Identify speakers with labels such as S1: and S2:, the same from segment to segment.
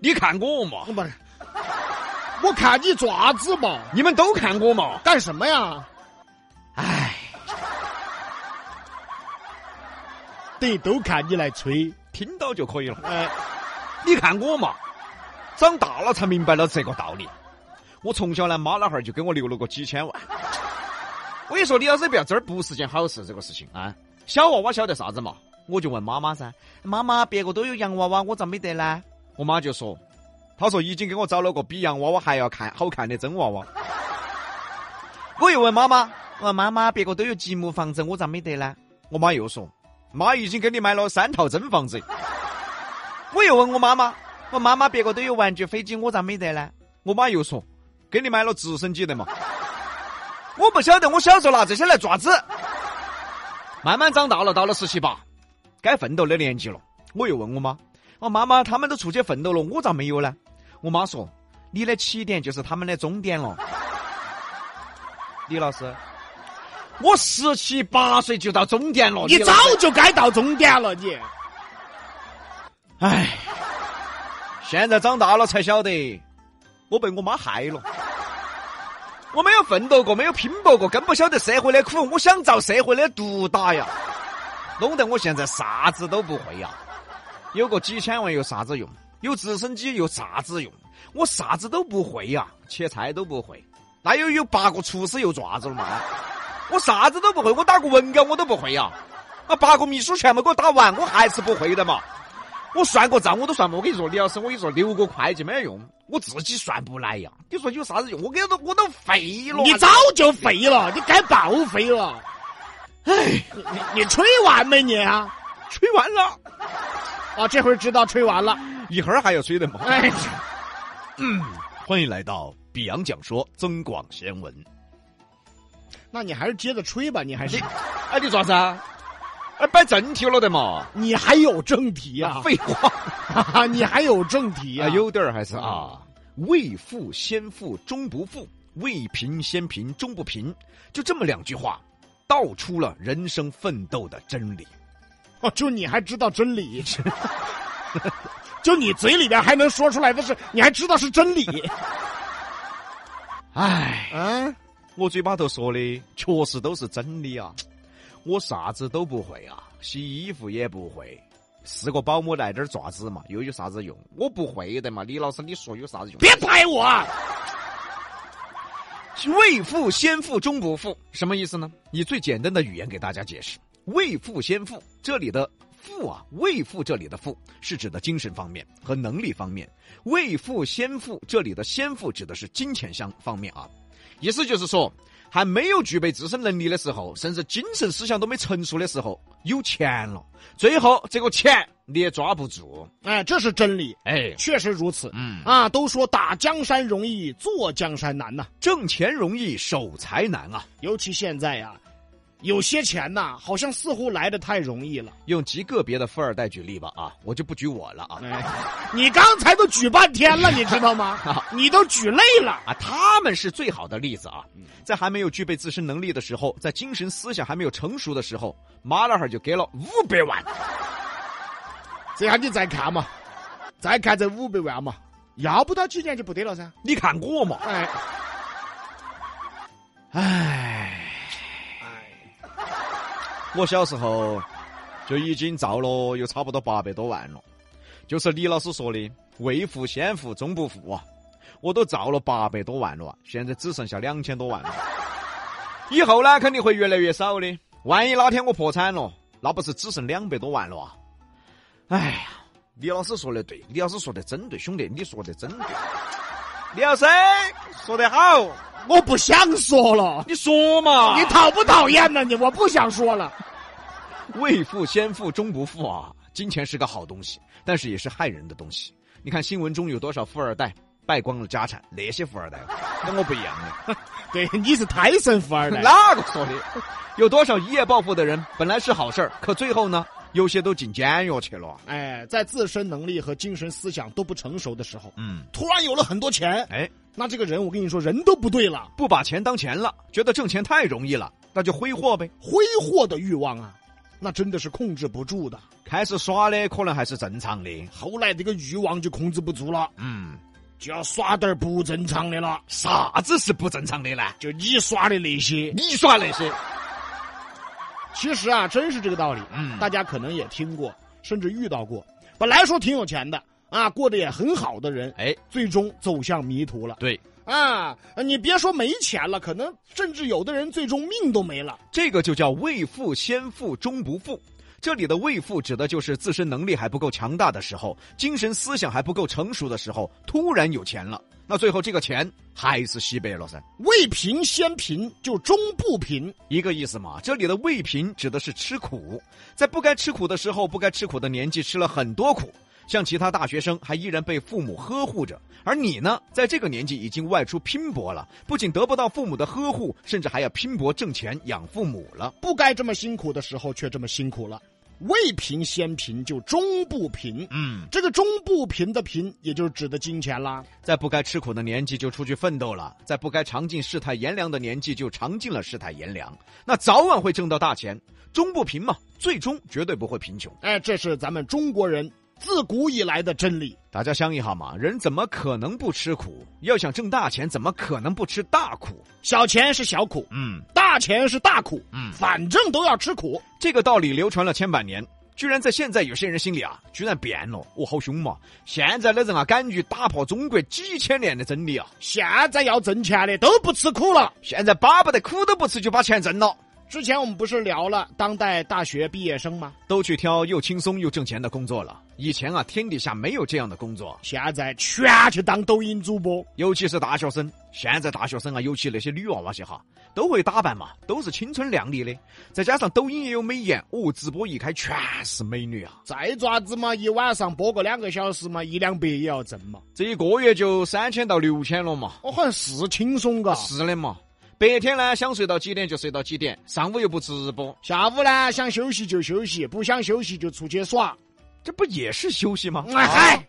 S1: 你看我嘛，
S2: 啊不是，我看你爪子嘛，
S1: 你们都看我嘛，
S2: 干什么呀？
S1: 哎，
S2: 得都看你来吹，
S1: 听到就可以了。
S2: 哎，
S1: 你看我嘛，长大了才明白了这个道理。我从小呢，妈老汉儿就给我留了个几千万。我跟你说，你要是不要这儿不是件好事，这个事情啊。小娃娃晓得啥子嘛？我就问妈妈噻，妈妈，别个都有洋娃娃，我咋没得呢？我妈就说，她说已经给我找了个比洋娃娃还要看好看的真娃娃。我又问妈妈，我妈妈，别个都有积木房子，我咋没得呢？我妈又说，妈已经给你买了三套真房子。我又问我妈妈，我妈妈别个都有玩具飞机，我咋没得呢？我妈又说，给你买了直升机的嘛。我不晓得我小时候拿这些来爪子。慢慢长大了，到了十七八，该奋斗的年纪了，我又问我妈，我妈妈他们都出去奋斗了，我咋没有呢？我妈说，你的起点就是他们的终点了。李老师，我十七八岁就到终点了，
S2: 哦你
S1: 李老
S2: 早
S1: 师
S2: 就该到终点了，你。
S1: 唉，现在长大了才晓得，我被我妈害了。我没有奋斗过，没有拼搏过，更不晓得社会的苦。我想遭社会的毒打呀，弄得我现在啥子都不会呀。有个几千万有啥子用？有直升机有啥子用？我啥子都不会呀，切菜都不会。那又有八个厨师又爪子了嘛？我啥子都不会，我打个文稿我都不会呀。啊，八个秘书全部给我打完，我还是不会的嘛。我算个账我都算不，我跟你说，李老师，我跟你说，留个会计没用，我自己算不来呀。你说有啥子用？我跟你说，我都废了。
S2: 你早就肥了，你该报废了。
S1: 哎，
S2: 你你你吹完没你啊？
S1: 吹完了，
S2: 啊，这会儿知道吹完了。
S1: 一会儿还要吹的嘛。
S2: 哎，
S1: 欢迎来到比洋讲说增广贤文。
S2: 那你还是接着吹吧，你还 是
S1: 哎，你咋子啊？哎，摆正题了的嘛。
S2: 你还有正题呀、
S1: 废话，
S2: 啊？ 你还有正题呀、
S1: 啊，有点儿还是啊。未富先富终不富，未贫先贫终不贫，就这么两句话，道出了人生奋斗的真理。
S2: 哦，就你还知道真理， 就你嘴里边还能说出来的是，你还知道是真理。
S1: 唉。
S2: 嗯，
S1: 我嘴巴头说的确实都是真的啊！我啥子都不会啊，洗衣服也不会，是个保姆来这儿爪子嘛，又有啥子用？我不会的嘛，李老师，你说有啥子用？
S2: 别拍我，啊
S1: 未富先富终不富，什么意思呢？以最简单的语言给大家解释：未富先富，这里的“富”啊，未富这里的“富”是指的精神方面和能力方面；未富先富这里的“先富”指的是金钱相方面啊。意思就是说，还没有具备自身能力的时候，甚至精神思想都没成熟的时候，有钱了，最后这个钱你也抓不住。
S2: 哎，这是真理，
S1: 哎，
S2: 确实如此。
S1: 嗯，
S2: 啊，都说打江山容易，坐江山难呐、
S1: 挣钱容易，守财难啊。
S2: 尤其现在呀、有些钱呐、好像似乎来的太容易了。
S1: 用极个别的富二代举例吧，啊，我就不举我了啊。
S2: 哎，你刚才都举半天了，你知道 吗？你都举累了。
S1: 啊，他们是最好的例子啊，在还没有具备自身能力的时候，在精神思想还没有成熟的时候，马老汉儿就给了五百万，
S2: 这下你再看嘛，再看这五百万嘛，要不到几年就不得了噻。
S1: 你看我嘛，
S2: 哎，
S1: 唉，
S2: 哎，
S1: 我小时候就已经造了有差不多八百多万了，就是李老师说的“未富先富，终不富”啊，我都造了八百多万了啊，现在只剩下两千多万了，以后呢肯定会越来越少的，万一哪天我破产了，那不是只剩两百多万了啊？哎呀，李老师说的对，李老师说的真对，兄弟，你说的真对，李老师说得好，
S2: 我不想说了，
S1: 你说嘛，
S2: 你讨不讨厌呢？你我不想说 了。
S1: 未富先富终不富啊！金钱是个好东西，但是也是害人的东西。你看新闻中有多少富二代败光了家产？那些富二代啊跟我不一样的，
S2: 对，你是胎神富二代。
S1: 哪个说的？有多少一夜暴富的人本来是好事儿，可最后呢，有些都进监狱去了。啊
S2: 哎，在自身能力和精神思想都不成熟的时候，
S1: 嗯，
S2: 突然有了很多钱，
S1: 哎，
S2: 那这个人，我跟你说，人都不对了，
S1: 不把钱当钱了，觉得挣钱太容易了，那就挥霍呗。
S2: 挥霍的欲望啊，那真的是控制不住的。
S1: 开始耍的可能还是正常的，
S2: 后来这个欲望就控制不住了，
S1: 嗯，
S2: 就要耍点儿不正常的了，
S1: 啥子是不正常的呢？
S2: 就你耍的那些。
S1: 你耍那些，
S2: 其实啊，真是这个道理。
S1: 嗯
S2: 大家可能也听过，甚至遇到过。本来说挺有钱的啊，过得也很好的人，
S1: 哎，
S2: 最终走向迷途了
S1: 对，
S2: 啊！你别说没钱了，可能甚至有的人最终命都没了。
S1: 这个就叫未富先富终不富。这里的未富指的就是自身能力还不够强大的时候，精神思想还不够成熟的时候，突然有钱了，那最后这个钱还是洗白了噻。
S2: 未贫先贫，就终不贫。
S1: 一个意思嘛。这里的“未贫”指的是吃苦，在不该吃苦的时候、不该吃苦的年纪吃了很多苦，像其他大学生还依然被父母呵护着，而你呢，在这个年纪已经外出拼搏了，不仅得不到父母的呵护，甚至还要拼搏挣钱养父母了。
S2: 不该这么辛苦的时候却这么辛苦了。未贫先贫，就终不贫。
S1: 嗯，
S2: 这个终不贫的贫，也就是指的金钱啦。
S1: 在不该吃苦的年纪就出去奋斗了，在不该尝尽世态炎凉的年纪就尝尽了世态炎凉，那早晚会挣到大钱，终不贫嘛，最终绝对不会贫穷。
S2: 哎，这是咱们中国人自古以来的真理。
S1: 大家想一下嘛，人怎么可能不吃苦？要想挣大钱，怎么可能不吃大苦？
S2: 小钱是小苦，
S1: 嗯，
S2: 大钱是大苦，
S1: 嗯
S2: 反正都要吃苦。
S1: 这个道理流传了千百年，居然在现在有些人心里啊，居然变了。哦，好凶嘛！现在的人啊，敢于打破中国几千年的真理啊！
S2: 现在要挣钱的都不吃苦了。
S1: 现在巴不得苦都不吃就把钱挣了，
S2: 之前我们不是聊了当代大学毕业生吗？
S1: 都去挑又轻松又挣钱的工作了。以前啊，天底下没有这样的工作，
S2: 现在全去当抖音主播，
S1: 尤其是大学生。现在大学生啊，尤其那些女娃娃些哈，都会打扮嘛，都是青春靓丽的，再加上抖音也有美颜，哦，直播一开全是美女啊。
S2: 再爪子嘛，一晚上播个两个小时嘛，一两百也要挣嘛。
S1: 这一个月就三千到六千了嘛。
S2: 我好像是轻松嘎，
S1: 是的嘛，白天呢想睡到几点就睡到几点，上午又不直播，
S2: 下午呢想休息就休息，不想休息就出去耍。
S1: 这不也是休息吗？啊
S2: 哎嗨，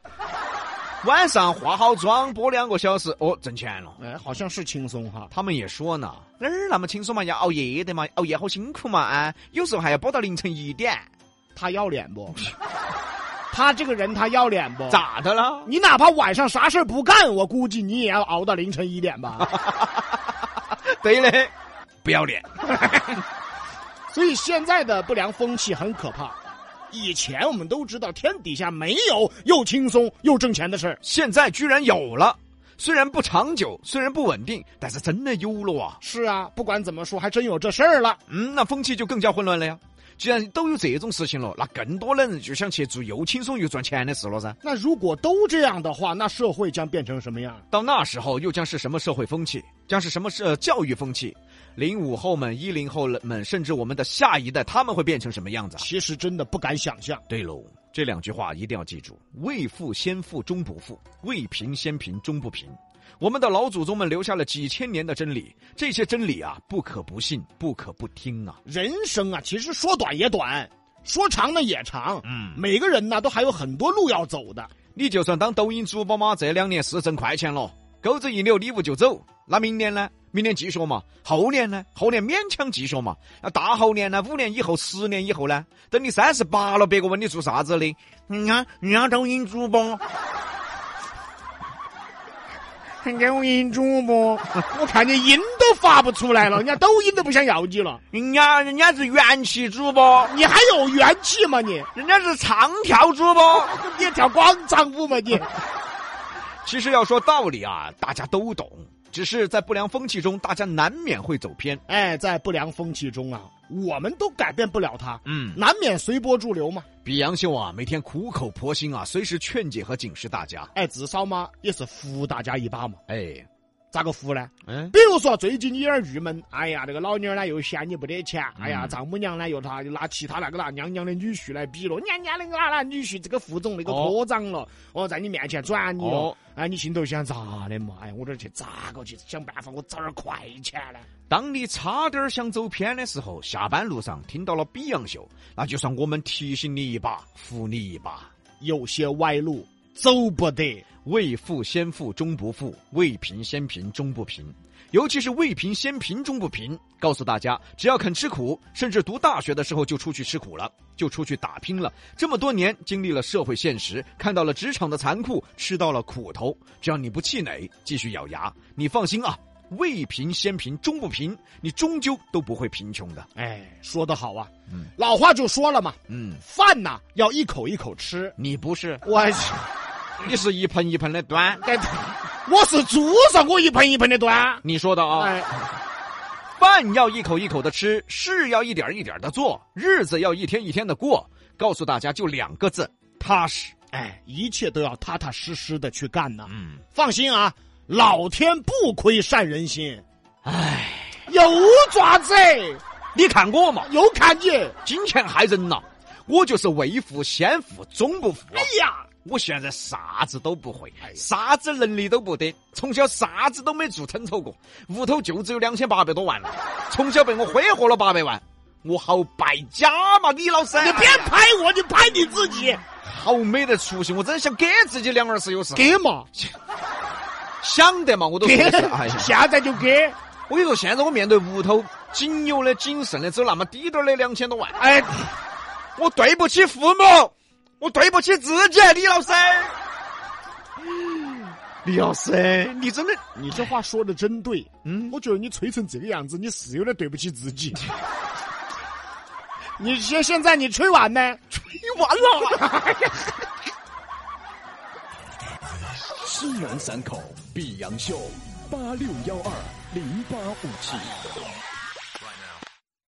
S1: 晚上化好妆，播两个小时，哦，挣钱了。
S2: 哎，好像是轻松哈。
S1: 他们也说呢，哪儿那么轻松嘛？要熬夜的嘛，熬夜好辛苦嘛啊！有时候还要播到凌晨一点，
S2: 他要脸不？ 他这个人他要脸不？？
S1: 咋的 了？
S2: 你哪怕晚上啥事儿不干，我估计你也要熬到凌晨一点吧。
S1: 对的，不要脸。
S2: 所以现在的不良风气很可怕。以前我们都知道，天底下没有又轻松又挣钱的事儿。
S1: 现在居然有了，虽然不长久，虽然不稳定，但是真的有了啊！
S2: 是啊，不管怎么说，还真有这事儿了。
S1: 嗯，那风气就更加混乱了呀。既然都有这种事情了，那更多的人就想去做又轻松又赚钱的事了噻。
S2: 那如果都这样的话，那社会将变成什么样？
S1: 到那时候又将是什么社会风气？将是什么社呃教育风气？零五后们、一零后们，甚至我们的下一代，他们会变成什么样子啊？
S2: 其实真的不敢想象。
S1: 对喽，这两句话一定要记住：未富先富，终不富；未贫先贫，终不贫。我们的老祖宗们留下了几千年的真理，这些真理啊，不可不信，不可不听啊。
S2: 人生啊，其实说短也短，说长呢也长。
S1: 嗯
S2: 每个人呢都还有很多路要走的。
S1: 你就算当抖音主播嘛，这两年是挣快钱了，钩子一扭礼物就走。那明年呢？明年继续嘛，后年呢？后年勉强继续嘛，那大后年呢？五年以后，十年以后呢？等你三十八了，别个问你做啥子的，人家人家抖音主播，
S2: 抖音主 播，我看你音都发不出来了，人家抖音都不想要你了，
S1: 人家人家是元气主播，
S2: 你还有元气吗你？
S1: 人家是唱跳主播。
S2: 你跳广场舞吗你？
S1: 其实要说道理啊，大家都懂，只是在不良风气中，大家难免会走偏。
S2: 哎，在不良风气中啊，我们都改变不了它，
S1: 嗯。
S2: 难免随波逐流嘛。
S1: 比杨秀啊，每天苦口婆心啊，随时劝解和警示大家。
S2: 哎，至少嘛也是扶大家一把嘛。
S1: 哎，
S2: 咋个扶呢？
S1: 嗯，
S2: 比如说最近你有点郁闷，哎呀，这个老妞儿呢又嫌你不得钱，哎呀，丈母娘呢又拿拿其他那个拿娘娘的女婿来比了，娘娘的哪哪女婿这个副总那个
S1: 哦
S2: 科长了，哦，在你面前转你了
S1: 哦，
S2: 哎，你心头想咋的嘛？哎，我这儿去咋个去想办法，我找点快钱呢？
S1: 当你差点儿想走偏的时候，下班路上听到了比杨秀，那就算我们提醒你一把，扶你一把。
S2: 有些歪路走不得。
S1: 未富先富终不富，未贫先贫终不贫。尤其是未贫先贫终不贫，告诉大家，只要肯吃苦，甚至读大学的时候就出去吃苦了，就出去打拼了。这么多年，经历了社会现实，看到了职场的残酷，吃到了苦头。只要你不气馁，继续咬牙，你放心啊，未贫先贫终不贫，你终究都不会贫穷的。
S2: 哎，说得好啊，
S1: 嗯
S2: 老话就说了嘛，
S1: 嗯，
S2: 饭呐、要一口一口吃。
S1: 你不是，
S2: 我去，
S1: 你是一盆一盆的端。
S2: 哎 我是猪噻，我一盆一盆的端。
S1: 你说的啊、
S2: 哎，
S1: 饭要一口一口的吃，事要一点一点的做，日子要一天一天的过。告诉大家，就两个字：踏实。
S2: 哎，一切都要踏踏实实的去干呐。
S1: 嗯，
S2: 放心啊，老天不亏善人心，
S1: 唉，
S2: 有爪子
S1: 你看我嘛，
S2: 又看你，哎
S1: 金钱害人呐、我就是未富先富，终不富。
S2: 哎呀，
S1: 我现在啥子都不会
S2: 哎，呀
S1: 啥子能力都不得，从小啥子都没做成头过，屋头就只有两千八百多万了，从小被我挥霍了八百万，我好败家嘛，李老师，
S2: 你别拍我，你拍你自
S1: 哎
S2: 己，
S1: 好没得出息，我真想给自己两耳屎有事，
S2: 给嘛，
S1: 想得嘛，我都
S2: 给
S1: 说是，哎 呀。
S2: 现在就给。
S1: 我跟你说，现在我面对屋头仅有的、仅剩的只有那么低点儿的两千多万，
S2: 哎，
S1: 我对不起父母，我对不起自己，李老师。李老师，哎你真的，
S2: 你这话说的真对，
S1: 嗯，
S2: 我觉得你吹成这个样子，你是有点对不起自己。你现现在你吹完没？
S1: 你完了。
S3: 西南散口碧阳秀八六幺二零八五七。